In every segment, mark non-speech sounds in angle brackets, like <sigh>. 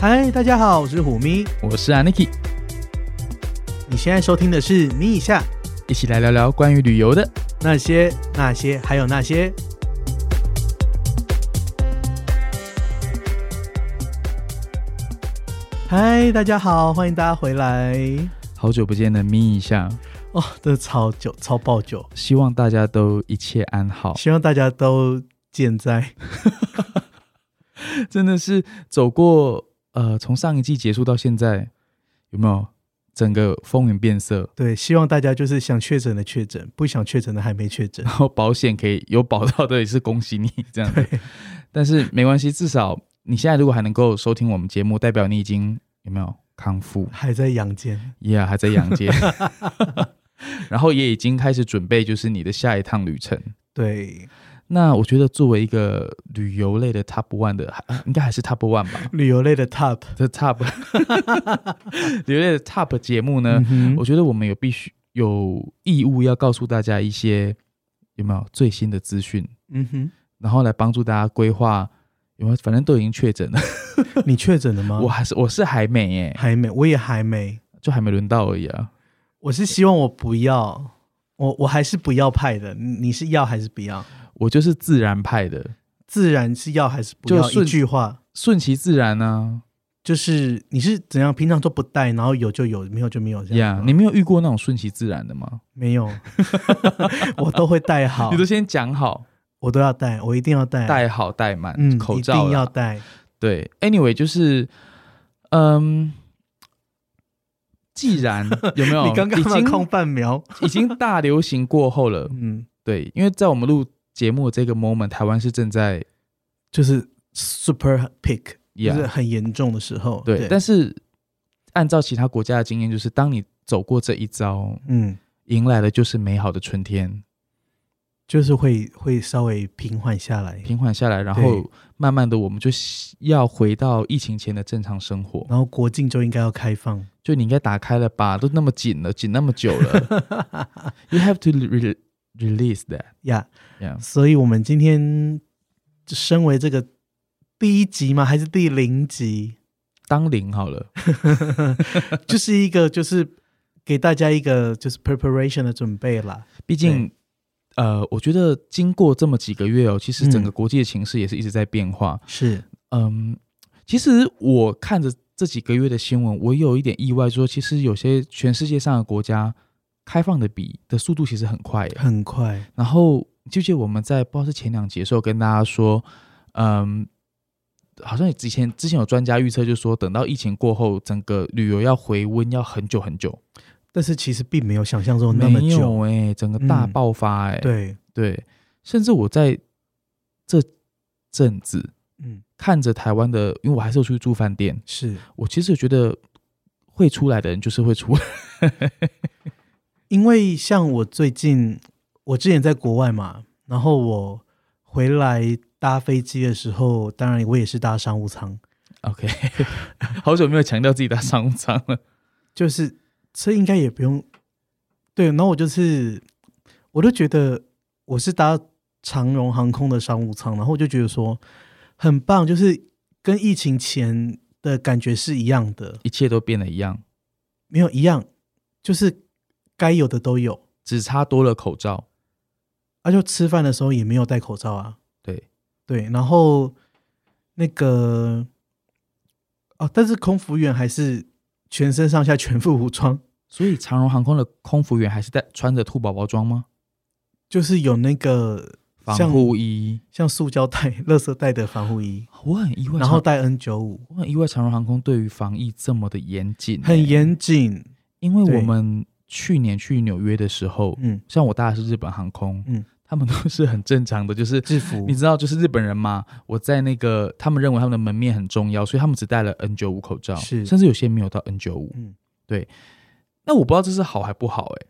嗨，大家好，我是虎咪。我是 Aniki，你现在收听的是《咪一下一起来聊聊关于旅游的。那些那些还有那些》。嗨，大家好，欢迎大家回来。好久不见的咪一下，哦，真的超久，超爆久。希望大家都一切 <laughs> 安好。希望大家都健在。真的是走过呃，从上一季结束到现在，有没有整个风云变色？对，希望大家就是想确诊的确诊，不想确诊的还没确诊。 <laughs> 然后保险可以有保到的也是恭喜你这样子对，但是没关系，至少你现在如果还能够收听我们节目，代表你已经有没有康复？还在阳间。也、yeah, 还在阳间，然后也已经开始准备就是你的下一趟旅程。对，那我觉得作为一个旅游类的 Top One 的，啊应该还是 <coughs> Top One 吧 <coughs> 旅游类的 Top，这 Top <coughs> 旅游类的 Top 节目呢，嗯我哼，觉得我们有必须有义务要告诉大家一些有没有最新的资讯，嗯然后来帮助大家规划。有没有？反正都已经确诊了，哼，你确诊了吗？我还是我是还没啊耶、还没，我也还没。就还没轮到而已啊。我是希望我不要，我我还是不要派的。你你是要还是不要？我就是自然派的，自然是要还是不要？就顺一句话顺其自然啊。就是你是怎样，平常都不带，然后有就有，没有就没有这样呀、吗。你没有遇过那种顺其自然的吗？没有， <laughs> 我都会带好你，都先讲好，我都要带，我一定要带，戴好戴满，哎嗯，口一罩定啦要带。对，anyway，就是，嗯，<laughs> 既然有没有你刚刚哦已嘛经空半秒，已经大流行过后了，嗯，对，因为在我们录节目的这个 moment，台湾是正在就是 super pick，就 yeah, 是很严重的时候。对，但是按照其他国家的经验，就是当你走过这一遭，嗯，迎来的就是美好的春天，就是会会稍微平缓下来，平缓下来，然后慢慢的我们就要回到疫情前的正常生活。然后国境就应该要开放。就你应该打开了吧，都那么紧了，紧那么久了，You have to re release that。呀 Yeah，所以我们今天就身为这个第一集吗？还是第零 <laughs> 集？当零好了，就是一个就是给大家一个就是 preparation 的准备啦。毕竟。呃，我觉得经过这么几个月哦，其实整个嗯国际的情势也是一直在变化。是，嗯其实我看着这几个月的新闻，我有一点意外说其实有些全世界上的国家开放的比的速度其实很快耶。很快，然后你记不记得我们在不知道是前两节的时候跟大家说，嗯，好像之前之前有专家预测，就说等到疫情过后，整个旅游要回温要很久很久，但是其实并没有想象中哦那么没久。嗯有哎、整个大爆发哎、对，对，甚至我在这阵子嗯，看着台湾的，因为我还是有出去住饭店，是我其实觉得会出来的人就是会出来， <laughs> 因为像我最近，我之前在国外嘛，然后我回来搭飞机的时候，当然我也是搭商务舱， OK，好久没有强调自己的商务舱了，就是这应该也不用对。然后我就是，我就觉得我是搭长荣航空的商务舱，然后我就觉得说很棒，就是跟疫情前的感觉是一样的，一切都变得一样，没有一样，就是该有的都有。只差多了口罩。而、且吃饭的时候也没有戴口罩啊，对，对，然后那个哦，但是空服员还是全身上下全副武装，所以长荣航空的空服员还是在穿着兔宝宝装吗？就是有那个防像护衣，像塑胶袋、垃圾袋的防护衣， <laughs> 我很意外。然后长戴 N 九五，我很意外，长荣航空对于防疫这么的严谨、很，严谨。因为对我们去年去纽约的时候，嗯，像我搭的是日本航空，嗯，他们都是很正常的，就是。制服你知道，就是日本人嘛，我在那个他们认为他们的门面很重要，所以他们只戴了 N 九五口罩，是甚至有些没有到 N 九五。嗯对。那我不知道这是好还不好哎、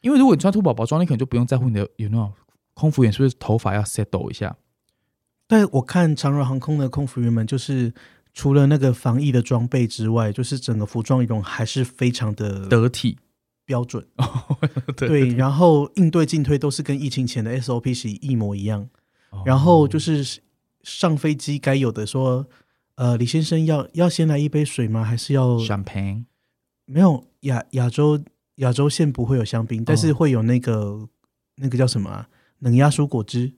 因为如果你穿兔宝宝装，你可能就不用在乎你的有那种空服员是不是头发要 settle 一下，但我看长荣航空的空服员们，就是除了那个防疫的装备之外，就是整个服装仪容还是非常的得体。标准。嗯对 <laughs> 对，然后应对进退都是跟疫情前的 SOP 是一模一样。哦然后就是上飞机该有的说，呃，李先生要要先来一杯水吗？还是要 champagne 没有亚亚洲亚洲线不会有香槟，哦但是会有那个那个叫什么、啊、冷压蔬果汁，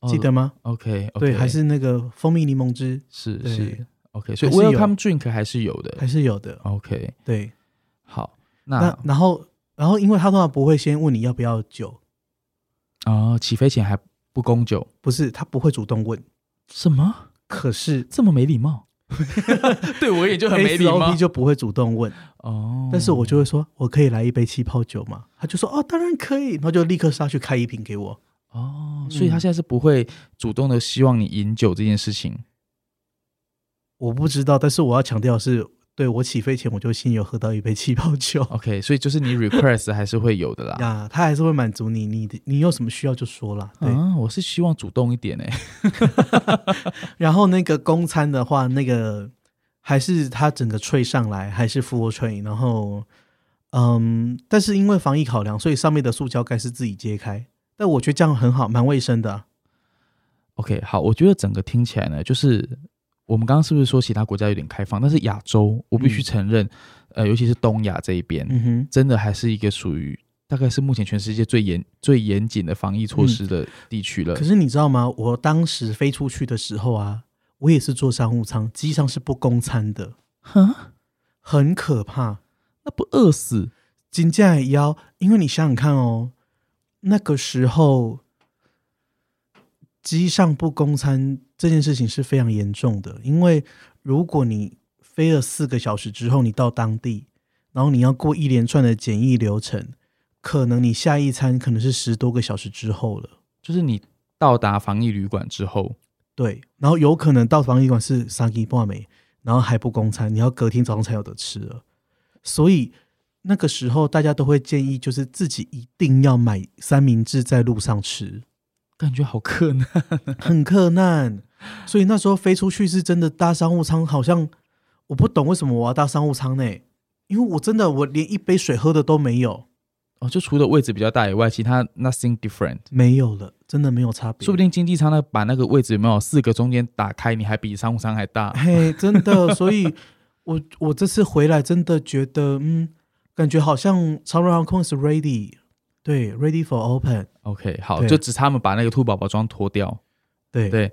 哦记得吗？ OK，, o k 对，还是那个蜂蜜柠檬汁是对是 OK，所以还是有 welcome drink 还是有的还是有的。 OK，对，好，那哦那然后然后因为他通常不会先问你要不要酒，哦，起飞前还不供酒，不是他不会主动问，什么可是这么没礼貌？ <laughs> 对我也就很没礼貌 SOP 就不会主动问，哦，但是我就会说我可以来一杯气泡酒吗？他就说哦，当然可以，然后就立刻杀去开一瓶给我。哦，嗯所以他现在是不会主动的希望你饮酒这件事情。我不知道，但是我要强调的是，对我起飞前我就先有喝到一杯气泡酒。 OK，所以就 <laughs> 是你 request 还是会有的啦。呀，他还是会满足你，你的你有什么需要就说啦。对，啊，我是希望主动一点哎、然后那个公餐的话，那个还是他整个吹上来，还是 full tray，然后嗯，但是因为防疫考量，所以上面的塑胶盖是自己揭开，但我觉得这样很好，蛮卫生的啊、 OK，好，我觉得整个听起来呢，就是我们刚刚是不是说其他国家有点开放，但是亚洲，我必须嗯承认，呃，尤其是东亚这一边，嗯哼，真的还是一个属于大概是目前全世界最严最严谨的防疫措施的地区了。嗯可是你知道吗？我当时飞出去的时候啊，我也是坐商务舱，机上是不供餐的，哈，很可怕。那不饿死？金价也要，因为你想想看哦，那个时候机上不供餐这件事情是非常严重的，因为如果你飞了四个小时之后，你到当地，然后你要过一连串的检疫流程，可能你下一餐可能是十多个小时之后了，就是你到达防疫旅馆之后，对，然后有可能到防疫馆是三更半没，然后还不供餐，你要隔天早上才有得吃了，所以。那个时候，大家都会建议，就是自己一定要买三明治在路上吃。感觉好困难。 <laughs> 很困难，所以那时候飞出去是真的搭商务舱，好像我不懂为什么我要搭商务舱呢？因为我真的我连一杯水喝的都没有，哦，就除了位置比较大以外，其他 nothing different。没有了，真的没有差别。说不定定经济舱呢，把那个位置有没有四个中间打开，你还比商务舱还 <laughs> 大。嘿，真的，所以我我这次回来真的觉得，嗯，感觉好像长荣航空是 ready，对，ready for open， OK，好，对就只差他们把那个兔宝宝装脱掉。对对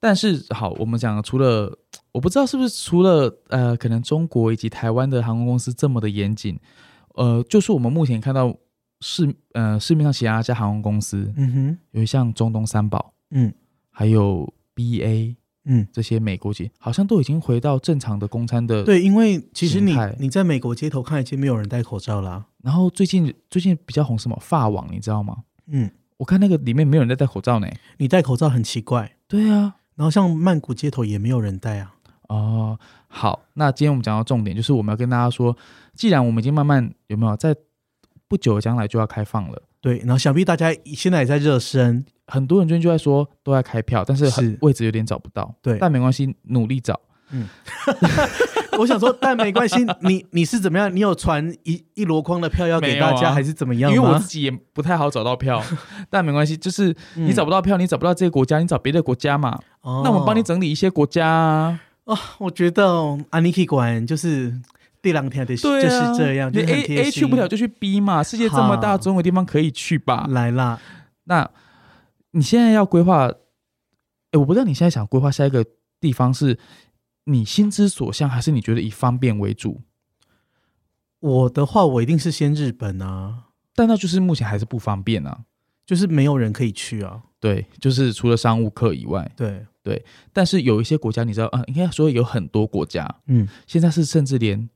但是好，我们讲除了我不知道是不是除了呃，可能中国以及台湾的航空公司这么的严谨，呃，就是我们目前看到市呃市面上其他家航空公司，嗯哼，有像中东三宝，嗯还有 BA 嗯，这些美国籍，好像都已经回到正常的公餐的。。对，因为其实你形态你在美国街头看已经没有人戴口罩啦、然后最近最近比较红什么发网，你知道吗？嗯，我看那个里面没有人在戴口罩呢。你戴口罩很奇怪，对啊，然后像曼谷街头也没有人戴啊。哦，好，那今天我们讲到重点，就是我们要跟大家说，既然我们已经慢慢有没有在不久的将来就要开放了，对，然后想必大家现在也在热身，很多人最近就在说都在开票，但是很是位置有点找不到，对但没关系，努力找。我想说，但没关系，你你是怎么样？你有传一一箩筐的票要给大没有家，啊还是怎么因样为我吗自？己也不太好找到 <laughs> 票，但没关系，就是嗯你找不到票，你找不到这个国家，你找别的国家嘛。哦那我们帮你。整理一些国家啊，我觉得哦安妮 k 馆就是第两天的，对就啊，是这样，你就是 A 很贴 A 心去不了就去 B 嘛，世界这么大，好总有地方可以去吧。来啦。那你现在要规划，诶，我不知道你现在想规划下一个地方是你心之所向，还是你觉得以方便为主？我的话，我一定是先日本啊，但那就是目前还是不方便啊。就是没有人可以去啊。对，就是除了商务客以外，对，但是有一些国家你知道，嗯，应该说有很多国家嗯，现在是甚至连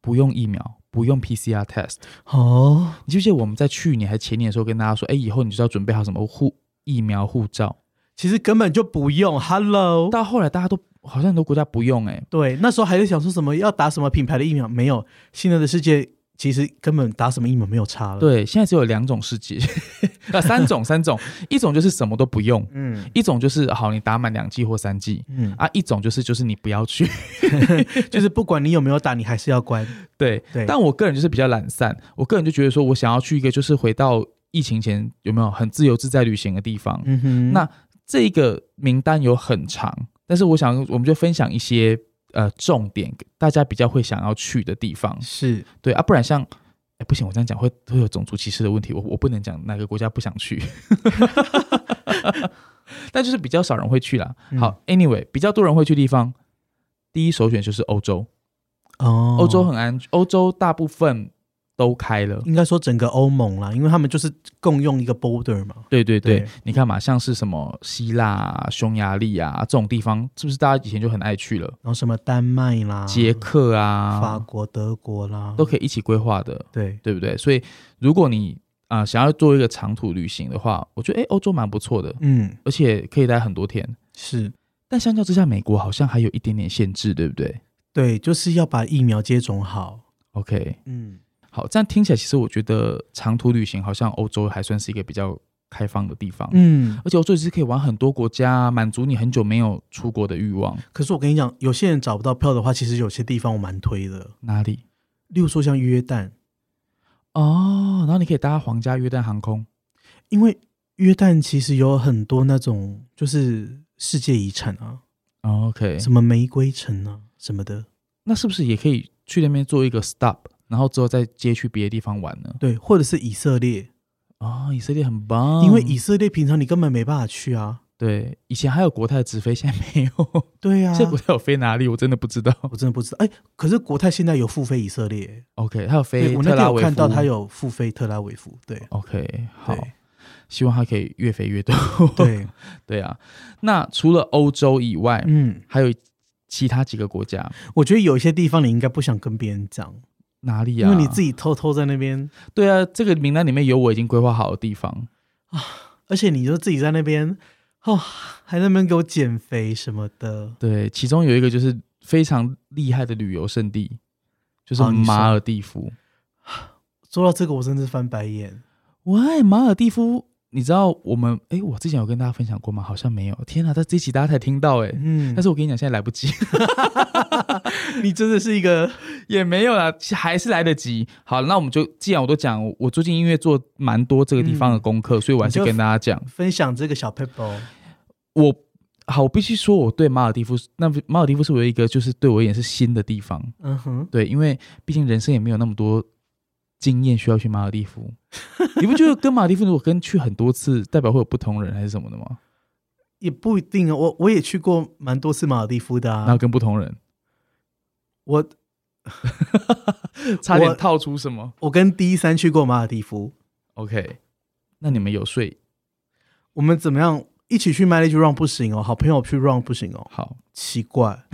不用疫苗、不用 PCR test。哦，你记不记得我们在去年还前年的时候跟大家说，哎，以后你就要准备好什么护疫苗护照？其实根本就不用。Hello，到后来大家都好像很多国家不用、诶。哎对，那时候还在想说什么要打什么品牌的疫苗，没有。现在的世界其实根本打什么疫苗没有差了。，对，现在只有两种世界，啊， <laughs> 三种，三种，一种就是什么都不用，嗯一种就是好，你打满两剂或三剂嗯，啊，一种就是就是你不要去。 <laughs> 就是不管你有没有打，你还是要关。对，对，但我个人就是比较懒散，我个人就觉得说我想要去一个就是回到疫情前有没有很自由自在旅行的地方。嗯哼那这个名单有很长，但是我想，我们就分享一些呃重点，大家比较会想要去的地方。是对啊，不然像，哎，不行，我这样讲会会有种族歧视的问题，我我不能讲哪个国家不想去， <laughs> 但就是比较少人会去啦。嗯好，anyway，比较多人会去的地方，第一首选就是欧洲，哦，欧洲很安，欧洲大部分都开了。应该说整个欧盟啦，因为他们就是共用一个 border 嘛。对对对，对你看嘛，像是什么希腊、啊、匈牙利啊这种地方，是不是大家以前就很爱去了？然后什么丹麦啦、捷、克法啊，国、德国啦，都可以一起规划的，对，对不对？所以如果你啊、想要做一个长途旅行的话，我觉得诶欧洲蛮不错的，嗯，而且可以待很多天。是但相较之下，美国好像还有一点点限制，对不对对，就是要把疫苗接种好。 ？OK，嗯，好，这样听起来，其实我觉得长途旅行好像欧洲还算是一个比较开放的地方，嗯，而且欧洲其实可以玩很多国家，满足你很久没有出国的欲望。可是我跟你讲，有些人找不到票的话，其实有些地方我蛮推的，哪里？例如说像约旦，哦，然后你可以搭皇家约旦航空，因为约旦其实有很多那种就是世界遗产啊，哦，OK，什么玫瑰城啊什么的，那是不是也可以去那边做一个 stop，然后之后再接去别的地方玩呢？对，或者是以色列，哦，以色列很棒，因为以色列平常你根本没办法去啊。对以前还有国泰直飞，现在没有， <laughs> 对啊，现在国泰有飞哪里我真的不知道。我真的不知道。哎、可是国泰现在有付费以色列、 OK，还有对飞我特那天拉有维夫，看到他有付费特拉维夫，对 OK，好，对希望它可以越飞越多。对， <laughs> 对啊，那除了欧洲以外，嗯，还有其他几个国家我觉得有一些地方你应该不想跟别人讲，哪里因啊？为你自己偷偷在那边，对啊，这个名单里面有我已经规划好的地方。而且你就自己在那边哦，还在那边给我减肥什么的。对，其中有一个就是非常厉害的旅游胜地，就是哦你说马尔蒂夫。说到这个，我真的是翻白眼。喂，马尔蒂夫，你知道我们诶，我之前有跟大家分享过吗？好像没有。天哪，在这一集大家才听到诶。嗯，但是我跟你讲，现在来不及， <laughs> 你真的是一个也没有啦，还是来得及。好，那我们就既然我都讲，我最近因为做蛮多这个地方的功课，所以我还是嗯你就跟大家讲，分享这个小 paper，我好，我必须说，我对马尔蒂夫，那马尔蒂夫是我一个就是对我而言是新的地方，嗯哼，对，因为毕竟人生也没有那么多经验需要去马尔蒂夫。你不觉得跟马尔蒂夫如果跟去很多次，代表会有不同人还是什么的吗？也不一定啊。我我也去过蛮多次马尔地夫的然后啊。跟不同人，我 <laughs> 差点套出什么我跟 D 三去过马尔地夫， ？OK，那你们有睡我们怎么样一起去 manage run 不行哦，好朋友去 run 不行哦，好？奇怪。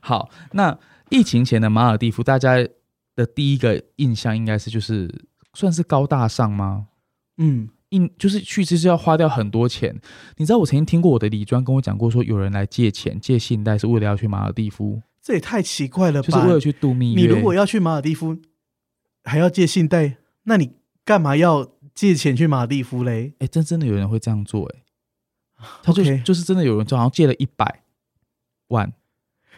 好，那疫情前的马尔蒂夫，大家的第一个印象应该是就是算是高大上吗？嗯，印就是去就是要花掉很多钱，你知道我曾经听过我的理专跟我讲过，说有人来借钱借信贷是为了要去马尔蒂夫，这也太奇怪了吧？就是为了去度蜜你月。如果要去马尔地夫，还要借信贷，那你干嘛要借钱去马尔地夫嘞？哎、真真的有人会这样做、欸，哎，他就是 OK 就是真的有人就好像借了一百万，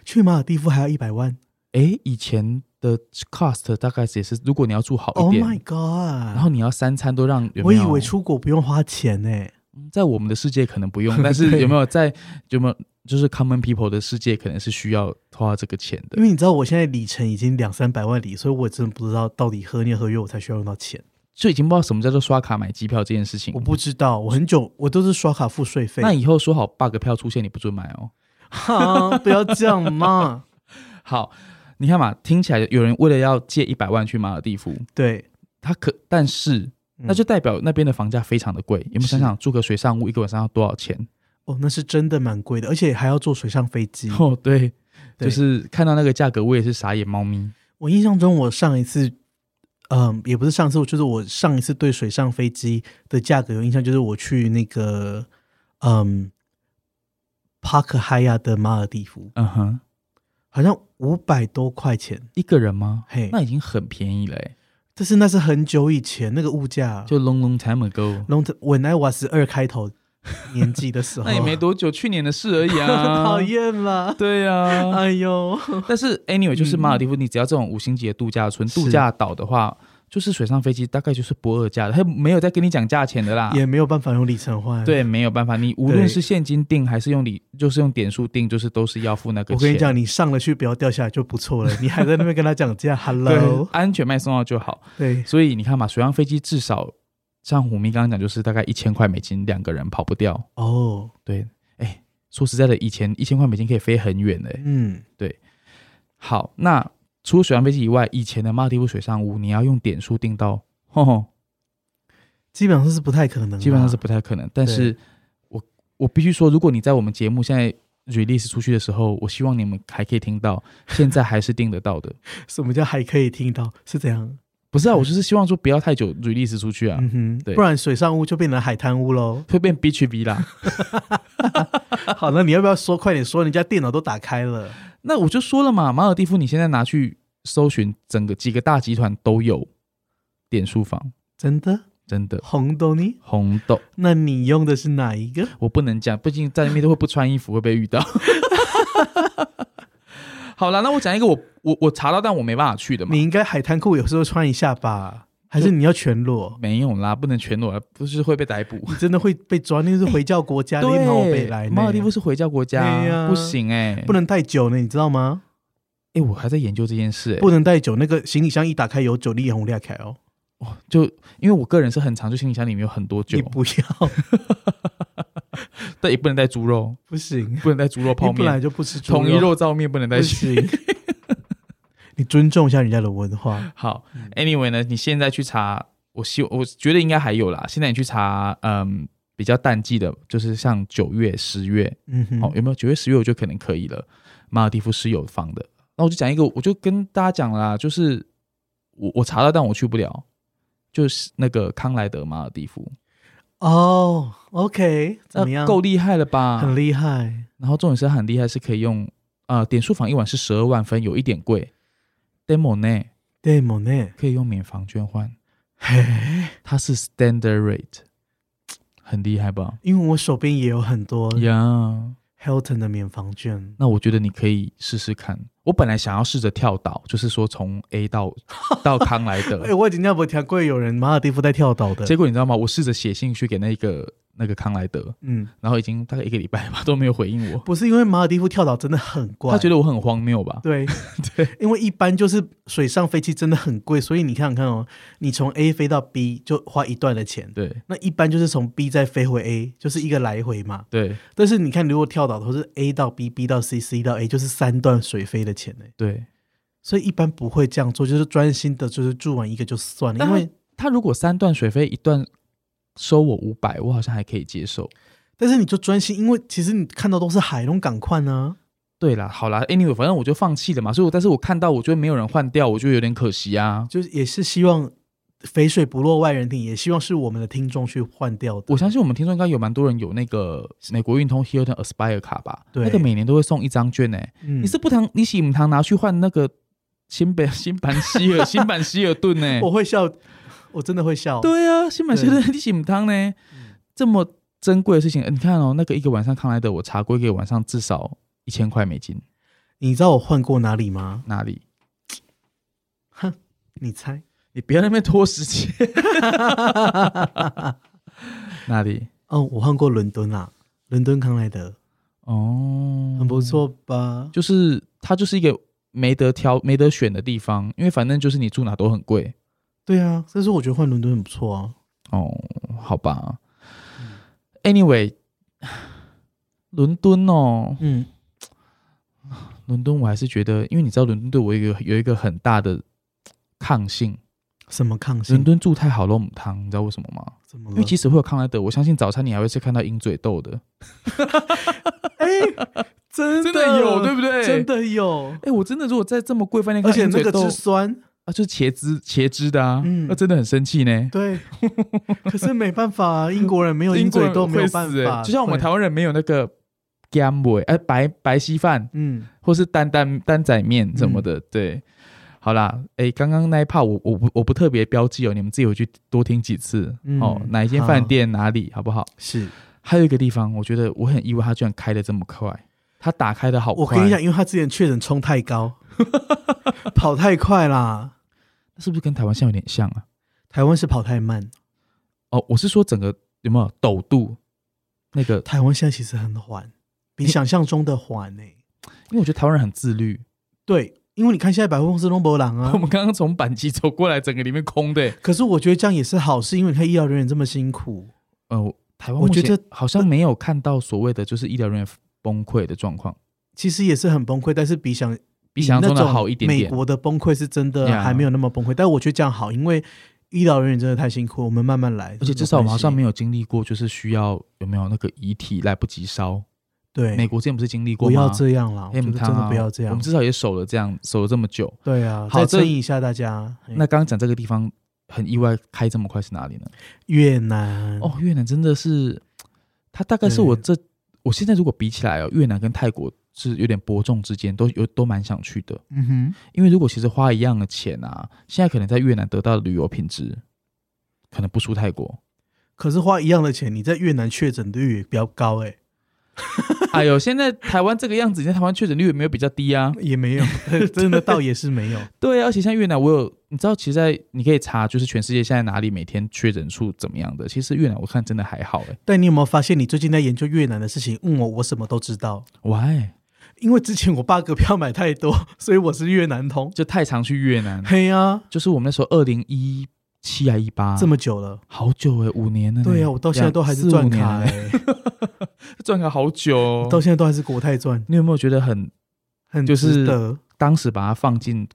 去马尔地夫还要一百万哎、以前的 cost 大概也是，如果你要住好一？Oh 点 my god！然后你要三餐都让，有我没以有为出国不用花钱呢、嗯在我们的世界可能不 <laughs> 用，但是有没有在有没有就是 common people 的世界可能是需要花这个钱因的，为你知道我现在里程已经两三百万里，所以我真的不知道到底何年何月我才需要用到钱。就已经不知道什么叫做刷卡买机票这件事情我。不知道，我很久我都是刷卡付税费。嗯那以后说好 bug 票出现你不准买哦。 <laughs> 哈，不要这样 <laughs> 嘛。好，你看嘛，听起来有人为了要借一百万去马尔蒂夫，对，他可但是嗯那就代表那边的房价非常的贵。有没有想想住个水上屋一个晚上要多少钱？哦，那是真的蛮贵的，而且还要坐水上飞机。 <laughs> 哦，对，对 <laughs> 就是看到那个价格，我也是傻眼猫咪。我印象中，我上一次，嗯、也不是上次，就是我上一次对水上飞机的价格有印象，就是我去那个，嗯，帕克海亚的马尔蒂夫，嗯哼，好像五百多块钱，一个人吗？嘿那已经很便宜了、欸，但是那是很久以前那个物价，就 long long time ago。龙 when I was 二开头年纪的时候， <laughs> 那也 <laughs> 没多久，去年的事而已 <laughs> 啊。讨。厌啦，对啊，哎呦， <laughs> 嗯但是 anyway，就是马尔蒂夫，你只要这种五星级的度假村、是度假岛的话，就是水上飞机大概就是不二价的，它没有在跟你讲价钱的啦。也没有办法用里程换。，对，没有办法，你无对论是现金定还是用礼，就是用点数定，就是都是要付那个我钱。跟你讲，你上了去不要掉下来就不错了，你还在那边跟他讲价 <laughs> 对，hello，，安全卖送到就好。对所以你看嘛，水上飞机至少像虎迷刚刚讲，就是大概一千块美金，两个人跑不掉。哦，对，哎，说实在的，以前一千块美金可以飞很远的、嗯，好，那除了水上飞机以外，以前的马蒂夫水上屋，你要用点数订到，吼吼，基本上是不太可能啦，基本上是不太可能。但是我我必须说，如果你在我们节目现在 release 出去的时候，我希望你们还可以听到，现在还是订得到的。什么叫还可以听到是怎样？不是啊，我就是希望说不要太久 release 出去啊，嗯哼，对不然水上屋就变成海滩屋 <laughs>。喽会变 B 区 B 啦。 <laughs> 好，那你要不要说快点说？人家电脑都打开了，那我就说了嘛，马尔蒂夫你现在拿去搜寻，整个几个大集团都有点数房，真的真的红豆泥？红豆。那你用的是哪一个？我不能讲，毕竟在那边都会不穿衣服会被遇 <laughs> 到。好了，那我讲一个我我我查到但我没办法去的嘛你，应该海滩裤有时候穿一下吧，还是你要全裸？没有啦，不能全裸，不是会被逮 <laughs> 捕。你真的会被抓，那是回教国家，你跑北来呢，马尔蒂夫是回教国家，对呀不行哎、不能带酒呢，你知道吗？哎、我还在研究这件事、哎，不能带酒，那个行李箱一打开有酒，你也红裂开哦，就因为我个人是很常，就行李箱里面有很多酒你，不要，但也不能带猪肉，不行，不能带猪肉 <laughs> 泡你本来面，就不吃猪统一肉燥面不能带不去。 <laughs> 行，你尊重一下人家的文化，好，anyway 嗯呢，你现在去查，我希我觉得应该还有啦。现在你去查，嗯，比较淡季的，就是像九月、十月，嗯哼，哦，有没有九月、十月？我觉得可能可以了。马尔蒂夫是有房的。那我就讲一个，我就跟大家讲啦，就是我我查到，但我去不了，就是那个康莱德马尔蒂夫，哦，OK，怎么那样？够啊厉害了吧？很厉害，然后重点是它很厉害，是可以用啊、呃点数房一晚是十二万分，有一点贵。demo 呢对，Monet，呢？可以用免房券换，嘿，它是 standard rate，很厉害吧？因为我手边也有很多呀、 Hilton 的免房券，那我觉得你可以试试看。我本来想要试着跳岛，就是说从 <laughs> A 到到康莱哎、德，我已经要不听过有人马尔蒂夫在跳岛的，结果你知道吗？我试着写信去给那个那个康莱德，嗯，然后已经大概一个礼拜吧都没有回应我。不是因为马尔蒂夫跳岛真的很怪，他觉得我很荒谬吧？ <laughs> 对对，因为一般就是水上飞机真的很贵，所以你看看哦，你从 A 飞到 B 就花一段的钱，对那一般就是从 B 再飞回 A，就是一个来回嘛。对但是你看，如果跳岛的话是 A 到 B，B 到 C，C 到 A，就是三段水飞的钱呢。欸对，所以一般不会这样做，就是专心的，就是住完一个就算了，但因他为。他如果三段水费一段收我五百，我好像还可以接受。但是你就专心，因为其实你看到都是海龙港啊快呢、对啦，好啦，anyway，反正我就放弃了嘛。所以我，但是我看到我觉得没有人换掉，我就有点可惜啊。就是也是希望肥水不落外人田，也希望是我们的听众去换掉的。我相信我们听众应该有蛮多人有那个美国运通 Hilton Aspire 卡吧？对那个每年都会送一张券诶、欸嗯你是不堂，你喜不堂拿去换那个新北 <laughs> 新版希 <laughs> 尔新版希尔顿呢、欸我会笑，我真的会笑。对啊，新版希尔顿你喜不堂呢？嗯这么珍贵的事情，呃你看哦，那个一个晚上康莱德，我查过一个晚上至少一千块美金，你知道我换过哪里吗？哪里？你猜？你不要在那边拖时 <laughs> 间。哪里？哦，我换过伦敦啊，伦敦康莱德， <laughs> 哦，很不，错吧？就是它就是一个没得挑、没得选的地方，因为反正就是你住哪都很贵。对啊，所以说我觉得换伦敦很不错啊。哦，好吧。Anyway，伦敦哦，嗯，伦敦我还是觉得，因为你知道伦敦对我有一个有一个很大的抗性。什么抗伦性？敦住太好肉母汤，你知道为什么吗？怎么因了为？即使会有康莱德，我相信早餐你还会是看到鹰嘴豆的，哎，真真的有对不 <laughs> 对？真的有，哎、我真的如果在这么贵饭店而看到且鹰那嘴个豆，之酸，啊，就是茄汁茄汁的啊，嗯那、真的很生气呢。 <laughs> 对，可是没办法啊，英国人没有英鹰国嘴人豆没有会办死欸法，就像我们对台湾人没有那个 g a m b o 哎、白白稀饭嗯，或是担担担仔面什么的，对。好啦，哎、刚刚那一 part 我我不我不特别标记哦，你们自己回去多听几次、嗯哦，哪一间饭店哪里好不好？是还有一个地方，我觉得我很意外，它居然开的这么快，它打开的好 <laughs> 快。我跟你讲，因为他之前确诊冲太高，跑太快啦，是不是跟台湾现在有点像啊？台湾是跑太慢，哦，我是说整个有没有抖度那个？台湾现在其实很缓，比想象中的缓欸呢、因为我觉得台湾人很自律。对，因为你看现在百货公司都博朗 <laughs> 啊我，们刚刚从板机走过来，整个里面空的、欸。可是我觉得这样也是好事，因为你看医疗人员这么辛苦，呃，我台湾我目觉前得好像没有看到所谓的就是医疗人员崩溃的状况，其实也是很崩溃，但是比想比想象中那的种好一点美点。国的崩溃是真的 Yeah 还没有那么崩溃，但我觉得这样好，因为医疗人员真的太辛苦，我们慢慢来。而且至少我们好像没有有经历过，就是需要有没有那个遗体来不及烧。美对，国之前不是经历过不吗？要这样啦，我哎，觉母得汤真啊的不要这我样们。至少也守了这样，守了这么久。对啊，好再这争议一下大家。哎嘿那刚刚讲这个地方很意外，开这么快是哪里呢？越南哦，越南真的是，它大概是我这我现在如果比起来哦，越南跟泰国是有点伯仲之间，都有都蛮想去的。嗯哼，因为如果其实花一样的钱啊，现在可能在越南得到的旅游品质，可能不输泰国。 <laughs> 可是花一样的钱，你在越南确诊率也比较高哎、哎呦，现在台湾这个样子，现在台湾确诊率有没有比较低啊？也 <laughs> 没有，真的倒也是没有。对啊，而且像越南，我有你知道，其实在你可以查，就是全世界现在哪里每天确诊数怎么样的。其实越南我看真的还好哎、但你有没有发现，你最近在研究越南的事情？问我，我什么都知道，欸。喂，因为之前我爸哥票买太多， <laughs> 所以我是越南通。就太常去越南，嘿呀、 <laughs> 就是我们那时候二零一七还一八，这么久了。好久哎、五年了呢、对呀、啊我到现在都还是两赚卡、四五年了欸，赚卡好久、哦。 <laughs> 到现在都还是国泰赚，你有没有觉得很很就是值得。当时把它放进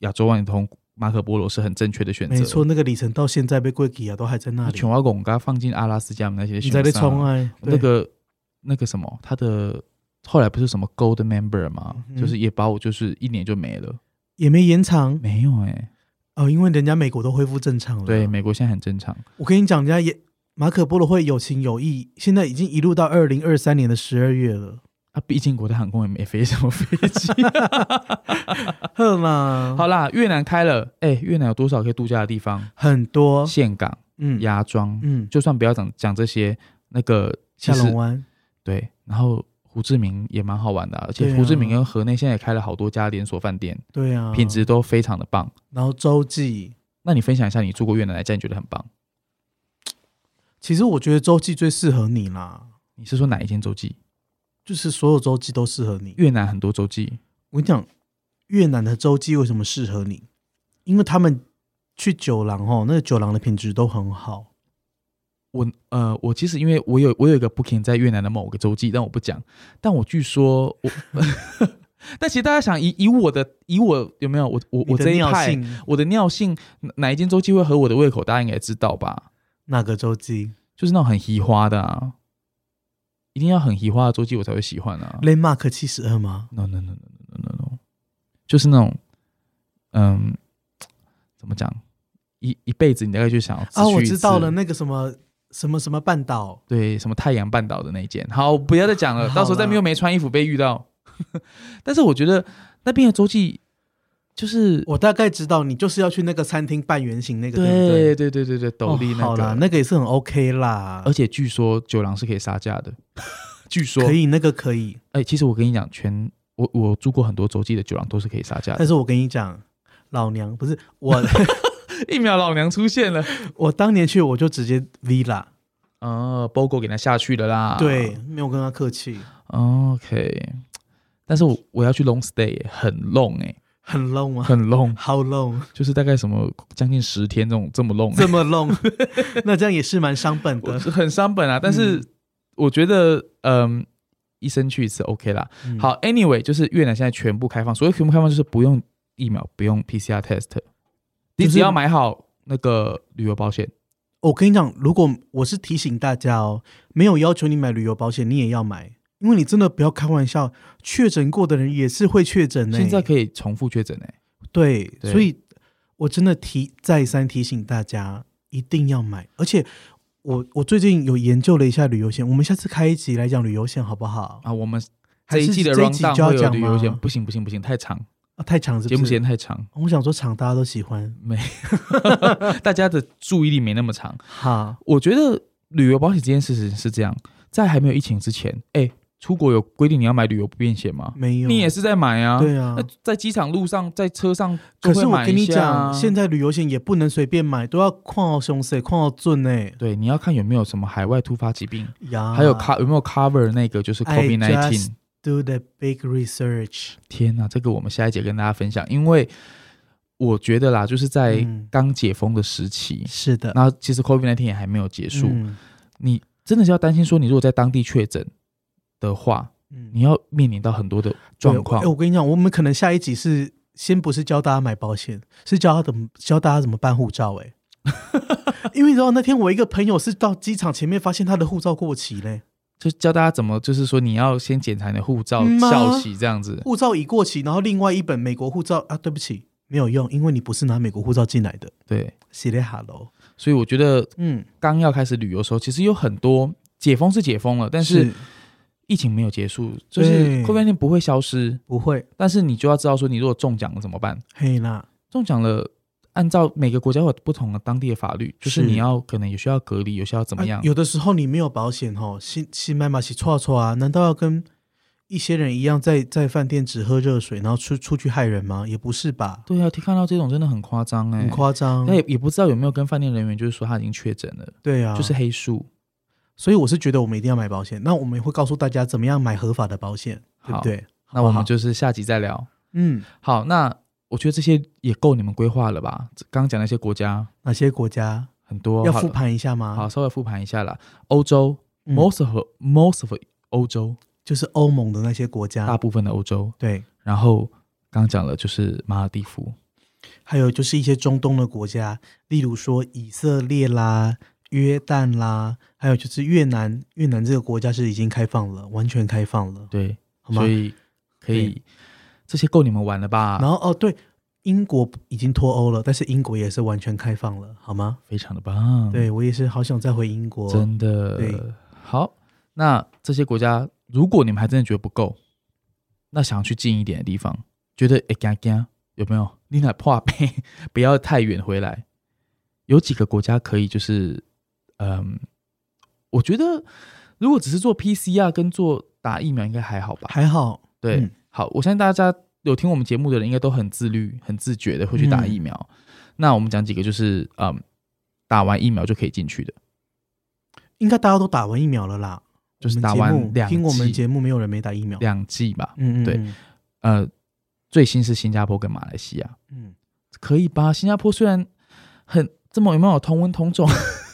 亚洲万里通马可波罗是很正确的选择？没，错，那个里程到现在被贵给啊，都还在那里全。瓦拱它放进阿拉斯加我们那些你选在上，那冲啊？对那个那个什么，他的后来不是什么 Gold Member 吗？嗯哼就是也把我就是一年就没了，也没延长没有哎、哦，因为人家美国都恢复正常了。对，，美国现在很正常，我跟你讲，人家也马可波罗会有情有义，现在已经一路到二零二三年的十二月了。啊，毕竟国泰航空也没飞什么飞 <laughs> 机。呵啦， <laughs> 好啦，越南开了，哎、越南有多少可以度假的地方？很多，岘港、哦嗯芽庄，嗯，就算不要讲讲这些，那个其下实龙湾，对，然后胡志明也蛮好玩的啊、嗯而且对啊胡志明跟河内现在也开了好多家连锁饭店，对啊，品质。都非常的棒。然后洲际，那你分享一下你住过越南哪一家你觉得很棒？其实我觉得洲际最适合你啦，你是说哪一间洲际？就是所有洲际都适合你。越南很多洲际，我跟你讲，越南的洲际为什么适合你？因为他们去酒廊哦，那个酒廊的品质都很好。我呃，我其实因为我有我有一个 booking 在越南的某个洲际，但我不讲。但我据说我， <laughs> 但其实大家想以以我的以我有没有我我你我的这一尿派性我的尿性哪哪一间洲际会合我的胃口，大家应该也知道吧？哪个洲际？就是那种很移花的啊，一定要很移花的洲际我才会喜欢啊。雷马克七十二吗？ No no no no no no no，no 就是那种嗯，怎么讲？一一辈子你大概就想要只啊，去我一知道次了，那个什么什么什么半岛，对，什么太阳半岛的那一件。好，不要再讲了，好到时候再啦没有没穿衣服被遇到。 <laughs> 但是我觉得那边的洲际就是我大概知道，你就是要去那个餐厅半圆形那个，对不对？对对对对对，斗笠哦那好个，啦，那个也是很 OK 啦而，且据说酒廊是可以杀价的。 <laughs> 据说，可以，那个可以。哎、其实我跟你讲，全我我住过很多洲际的酒廊都是可以杀价 <laughs> 的但。是我跟你讲，老娘不是我， <laughs> 一秒老娘出现了，我当年去我就直接 V 啦，呃，BOGO 给他下去了啦。对，没有跟他客 <laughs> 气， ，OK。但是我我要去 long stay，耶很 long 哎、很 low 吗？很 long，好 low。 <laughs> 就是大概什么将近十天这种这么 long 耶这么弄， <laughs> 那这样也是蛮伤本我的。嗯很伤本啊，但是我觉得，嗯，医生去一次 OK 啦。嗯好，，Anyway，就是越南现在全部开放，所谓全部开放就是不用疫苗，不用 PCR test，你就是只要买好那个旅游保险。我跟你讲，如果我是提醒大家哦，没有要求你买旅游保险，你也要买，因为你真的不要开玩笑，确诊过的人也是会确诊欸呢、现在可以重复确诊哎、对，对所以我真的提再三提醒大家，一定要买。而且我我最近有研究了一下旅游险，我们下次开一集来讲旅游险好不好？啊，我们哦还这是一季的这一集 round 就 down 要会有讲旅游险，吗不行不行不行，太长，啊，太长是节不目时是？间太长，我想说长大家都喜欢，没， <laughs> 大家的注意力没那么长。哈，我觉得旅游保险这件事情是这样，在还没有疫情之前，哎、出国有规定你要买旅游不便险吗？没有，你也是在买啊。对啊那。在机场路上，在车上可都是会我买跟一你下讲，啊。现在旅游险也不能随便买，都要矿到凶塞，矿到准呢、对，你要看有没有什么海外突发疾病，呀，还有 co 有没有 cover 那个就是啊 I COVID just nineteen。 do the big research。天呐，这个我们下一节跟大家分享，因为我觉得啦，就是在嗯刚解封的时期，是的，哎那其实 COVID nineteen 也还没有结束，嗯你真的是要担心说，你如果在当地确诊的话，嗯你要面临到很多的状况对哎哦我。我跟你讲，我们可能下一集是先不是教大家买保险，是教他怎么教大家怎么办护照、 <laughs> 欸。哎，因为你知道那天我一个朋友是到机场前面发现他的护照过期嘞，就教大家怎么，就是说你要先检查你的护照嗯吗效期这样子。护照已过期，然后另外一本美国护照啊，对不起，没有用，因为你不是拿美国护照进来的。对，写嘞哈喽，所以我觉得嗯，刚要开始旅游的时候，其实有很多解封是解封了，但是疫情没有结束，就是对 COVID 不会消失，不会，但是你就要知道说，你如果中奖了怎么办？嘿啦，中奖了。按照每个国家会有不同的当地的法律，就是是你要可能有些要隔离，有些要怎么样啊？有的时候你没有保险哦，新新买马洗错错啊，难道要跟一些人一样在在饭店只喝热水，然后出出去害人吗？也不是吧，对啊，听看到这种真的很夸张哎、很夸张那。也也不知道有没有跟饭店人员就是说他已经确诊了，对啊，就是黑数。所以我是觉得我们一定要买保险。那我们也会告诉大家怎么样买合法的保险，对好不对？那我们就是下集再聊。嗯，好，那我觉得这些也够你们规划了吧？刚刚讲那些国家哪些国家很多，要哦好复盘一下吗？好，稍微复盘一下啦。欧洲、嗯 most of most of 欧洲，就是欧盟的那些国大家，部分的欧洲，对，然后刚刚讲了就是马尔地夫，还有就是一些中东的国家，例如说以色列啦、约旦啦，还有就是越南。越南这个国家是已经开放了，完全开放了，对，好吗所？以啊可以这些够你们玩了吧？然后哦，对，英国已经脱欧了，但是英国也是完全开放了，好吗？非常的棒，，对我也是好想再回英国，嗯真的对好。那这些国家，如果你们还真的觉得不够，那想要去近一点的地方，觉得哎干干有没有？你哪怕呗，不要太远回来。有几个国家可以就是，嗯，我觉得如果只是做 PCR 跟做打疫苗应该还好吧？还好，对，嗯好，我相信大家有听我们节目的人应该都很自律、很自觉的会去打嗯疫苗。那我们讲几个就是，嗯，打完疫苗就可以进去的。应该大家都打完疫苗了啦。就是我们打节完目两听我们剂节目没有人没打疫苗。两剂吧。嗯嗯，对嗯呃，最新是新加坡跟马来西亚，嗯，可以吧？新加坡虽然很这么有没有同温同种，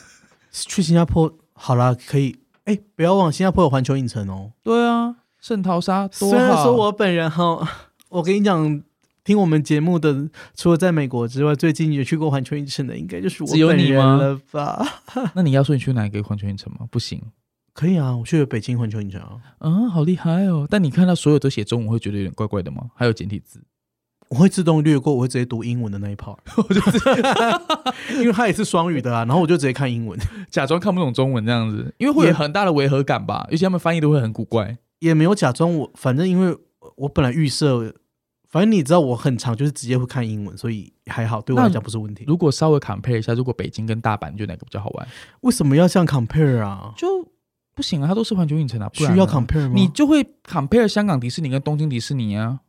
<laughs> 去新加坡好啦，可以。哎，不要忘了，新加坡有环球影城哦。对啊，圣淘沙多虽好。然说我本人哈， <laughs> 我跟你讲，听我们节目的，除了在美国之外，最近有去过环球影城的，应该就是我只有本你人吗了吧？那你要说你去哪一个环球影城吗？不行，可以啊，我去了北京环球影城啊，嗯，好厉害哦。但你看到所有都写中文，会觉得有点怪怪的吗？还有简体字，我会自动略过，我会直接读英文的那一 <laughs> part，因为它也是双语的啊，然后我就直接看英文，假装看不懂中文这样子，因为会有也很大的违和感吧？尤其他们翻译都会很古怪。也没有假装我，反正因为我本来预设。反正你知道我很长，就是直接会看英文，所以还好，对我来讲不是问题。如果稍微 compare 一下，如果北京跟大阪，你觉得哪个比较好玩？为什么要这样 compare 啊？就不行啊，它都是环球影城啊，不然需要呢 compare 吗？你就会 compare 香港迪士尼跟东京迪士尼啊。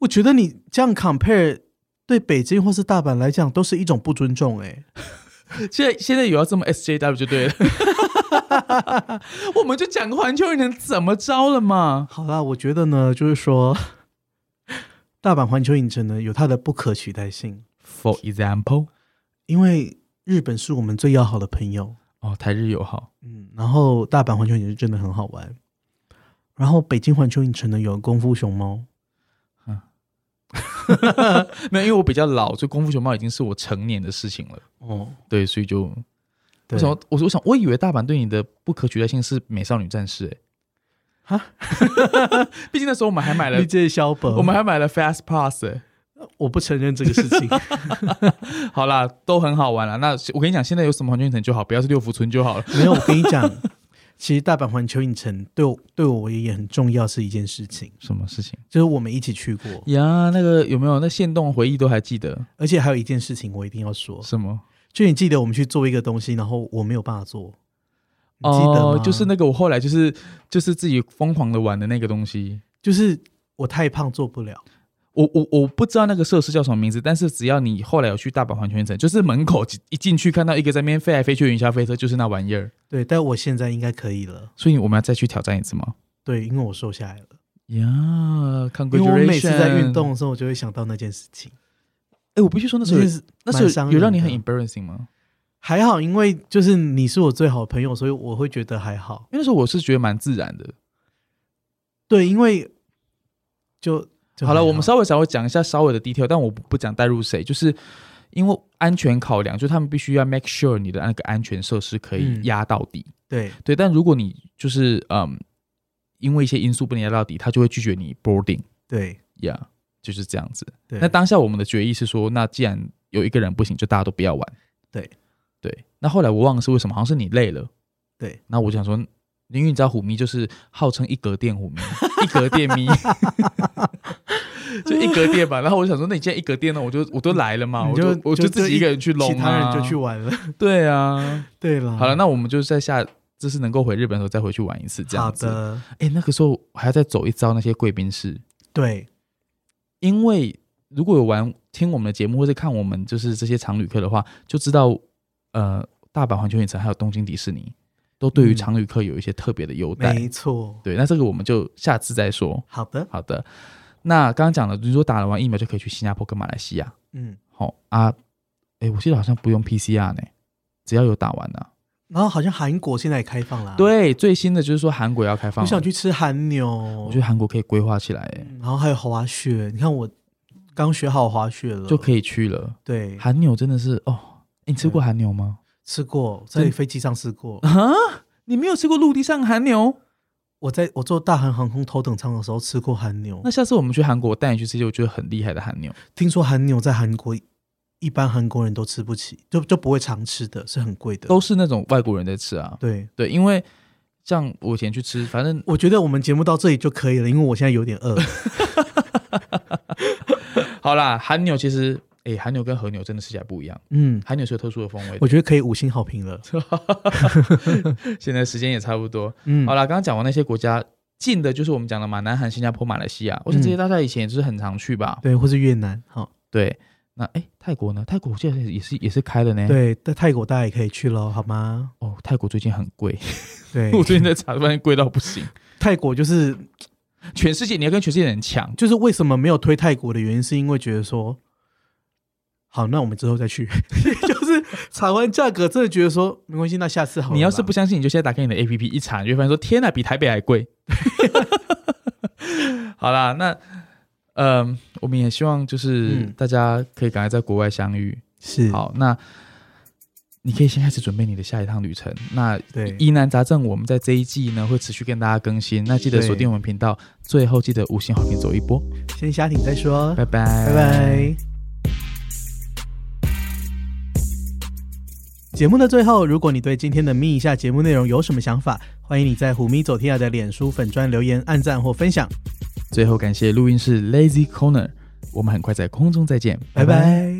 我觉得你这样 compare 对北京或是大阪来讲都是一种不尊重、欸。现在现在有要这么 SJW 就对了， <laughs> 我们就讲环球影城怎么着了嘛？好啦，我觉得呢，就是说，大阪环球影城呢有它的不可取代性， For example，因为日本是我们最要好的朋友，哦，台日友好，嗯，然后大阪环球影城真的很好玩，然后北京环球影城呢有功夫熊猫，没有，因为我比较老，所以功夫熊猫已经是我成年的事情了。哦，对，所以就对为什么我我想我以为大阪对你的不可取代性是美少女战士、欸，哈， <laughs> 毕竟那时候我们还买了理，解小本，我们还买了 Fast Pass、欸。我不承认这个事情， <laughs> 好啦，都很好玩啦。那我跟你讲，现在有什么环球影城就好，不要是六福村就好了。 <laughs> 没有，我跟你讲，其实大阪环球影城对我对我也很重要是一件事情。 <laughs> 什么事情就是我们一起去过，呀？那个有没有那线动回忆都还记得？而且还有一件事情我一定要说，什么？就你记得我们去做一个东西，然后我没有办法做，你记得吗？哦，就是那个我后来就是就是自己疯狂的玩的那个东西。就是我太胖做不了，我我我不知道那个设施叫什么名字，但是只要你后来有去大阪环球影城，就是门口一进去看到一个在那边飞来飞去的云霄飞车，就是那玩意儿。对，但我现在应该可以了，所以我们要再去挑战一次吗？对，因为我瘦下来了，呀、yeah, c o n g 因 r a 为 t u 我 l a t i o n 每次在运，动的时候，我就会想到那件事情，哎、我必须说那时这候件有事那时伤候有人让你的很 embarrassing 吗？还好，因为就是你是我最好的朋友，所以我会觉得还好。因为那时候我是觉得蛮自然的。对，因为就就好还了，我们稍微稍微讲一下稍微的 detail，但我不不讲带入谁，就是因为安全考量，就他们必须要 make sure 你的那个安全设施可以嗯压到底。对对，但如果你就是嗯，因为一些因素不能压到底，他就会拒绝你 boarding 对呀、yeah,，就是这样子。对，那当下我们的决议是说，那既然有一个人不行，就大家都不要玩。对对，那后来我忘了是为什么，好像是你累了。对，那我就想说，因为你知道虎咪就是号称一格店虎咪， <laughs> 一格店 <laughs> 咪，就一格店嘛。然后我就想说，那你现在一格店呢，我就我都来了嘛，你我就就我就就自己一个人去弄、啊其他人就去。嗯玩了。对啊，对了，好了，那我们就在下。就是能够回日本的时候再回去玩一次，这好样子。的，哎、那个时候我还要再走一遭那些贵宾室，对因为如果有玩听我们的节目或是看我们就是这些常旅客的话，就知道呃，大阪环球影城还有东京迪士尼都对于嗯常旅客有一些特别的优待。没错，对，那这个我们就下次再说。好的，好的，那刚刚讲了，你说打了完疫苗就可以去新加坡跟马来西亚。嗯。好、啊，哎，我记得好像不用 PCR 呢，只要有打完呢、然后好像韩国现在也开放了、，对，最新的就是说韩国要开放啊我了，想去吃韩牛，我觉得韩国可以规划起来，哎、嗯然后还有滑雪。你看我刚学好滑雪了，就可以去了。对，韩牛真的是哦，诶你吃嗯过韩牛吗？吃过在飞机上吃过。啊，你没有吃过陆地上韩牛？我在我坐大韩航空头等舱的时候吃过韩牛那，下次我们去韩国，我带你去吃一些我觉得很厉害的韩牛。听说韩牛在韩国一般韩国人都吃不起，就就不会常吃的，是很贵的。都是那种外国人在吃啊。对，对，因为像我以前去吃，反正我觉得我们节目到这里就可以了，因为我现在有点 <laughs> 饿。好啦，韩牛其实，哎、韩牛跟和牛真的吃起来不一样，嗯，韩牛是有特殊的风味我的。觉得可以五星好 <laughs> 评了。现在时间也差不多，嗯，好啦，刚刚讲完那些国家。近的就是我们讲的嘛，南韩、新加坡、马来嗯西亚，我想这些大家以前也就是很常去吧。对，或是越南，好，对，那哎，泰国呢？泰国我记得也是也是开的呢。对，在泰国大家也可以去喽，好 <laughs> 吗？哦，泰国最近很贵， <laughs> 对，我最近在查，发现贵到不行。泰国就是全世界你要跟全世界人抢，就是为什么没有推泰国的原因，是因为觉得说，好，那我们之后再 <laughs> 去，就是查完价格，真的觉得说没关系，那下次好了啦。你要是不相信，你就现在打开你的 APP 一查，你就会发现说：天啊哪，比台北还贵。 <laughs> 好啦，那嗯、我们也希望就是嗯大家可以赶快在国外相遇。是，好，那你可以先开始准备你的下一趟旅程。那对，疑难杂症，我们在这一季呢会持续跟大家更新。那记得对锁定我们频道，最后记得五星好评走一波，先下停再说，拜拜，拜拜。节目的最后，如果你对今天的咪一下节目内容有什么想法，欢迎你在虎咪走天涯的脸书粉专留言、按赞或分享。最后感谢录音室 Lazy Corner，我们很快在空中再见，拜拜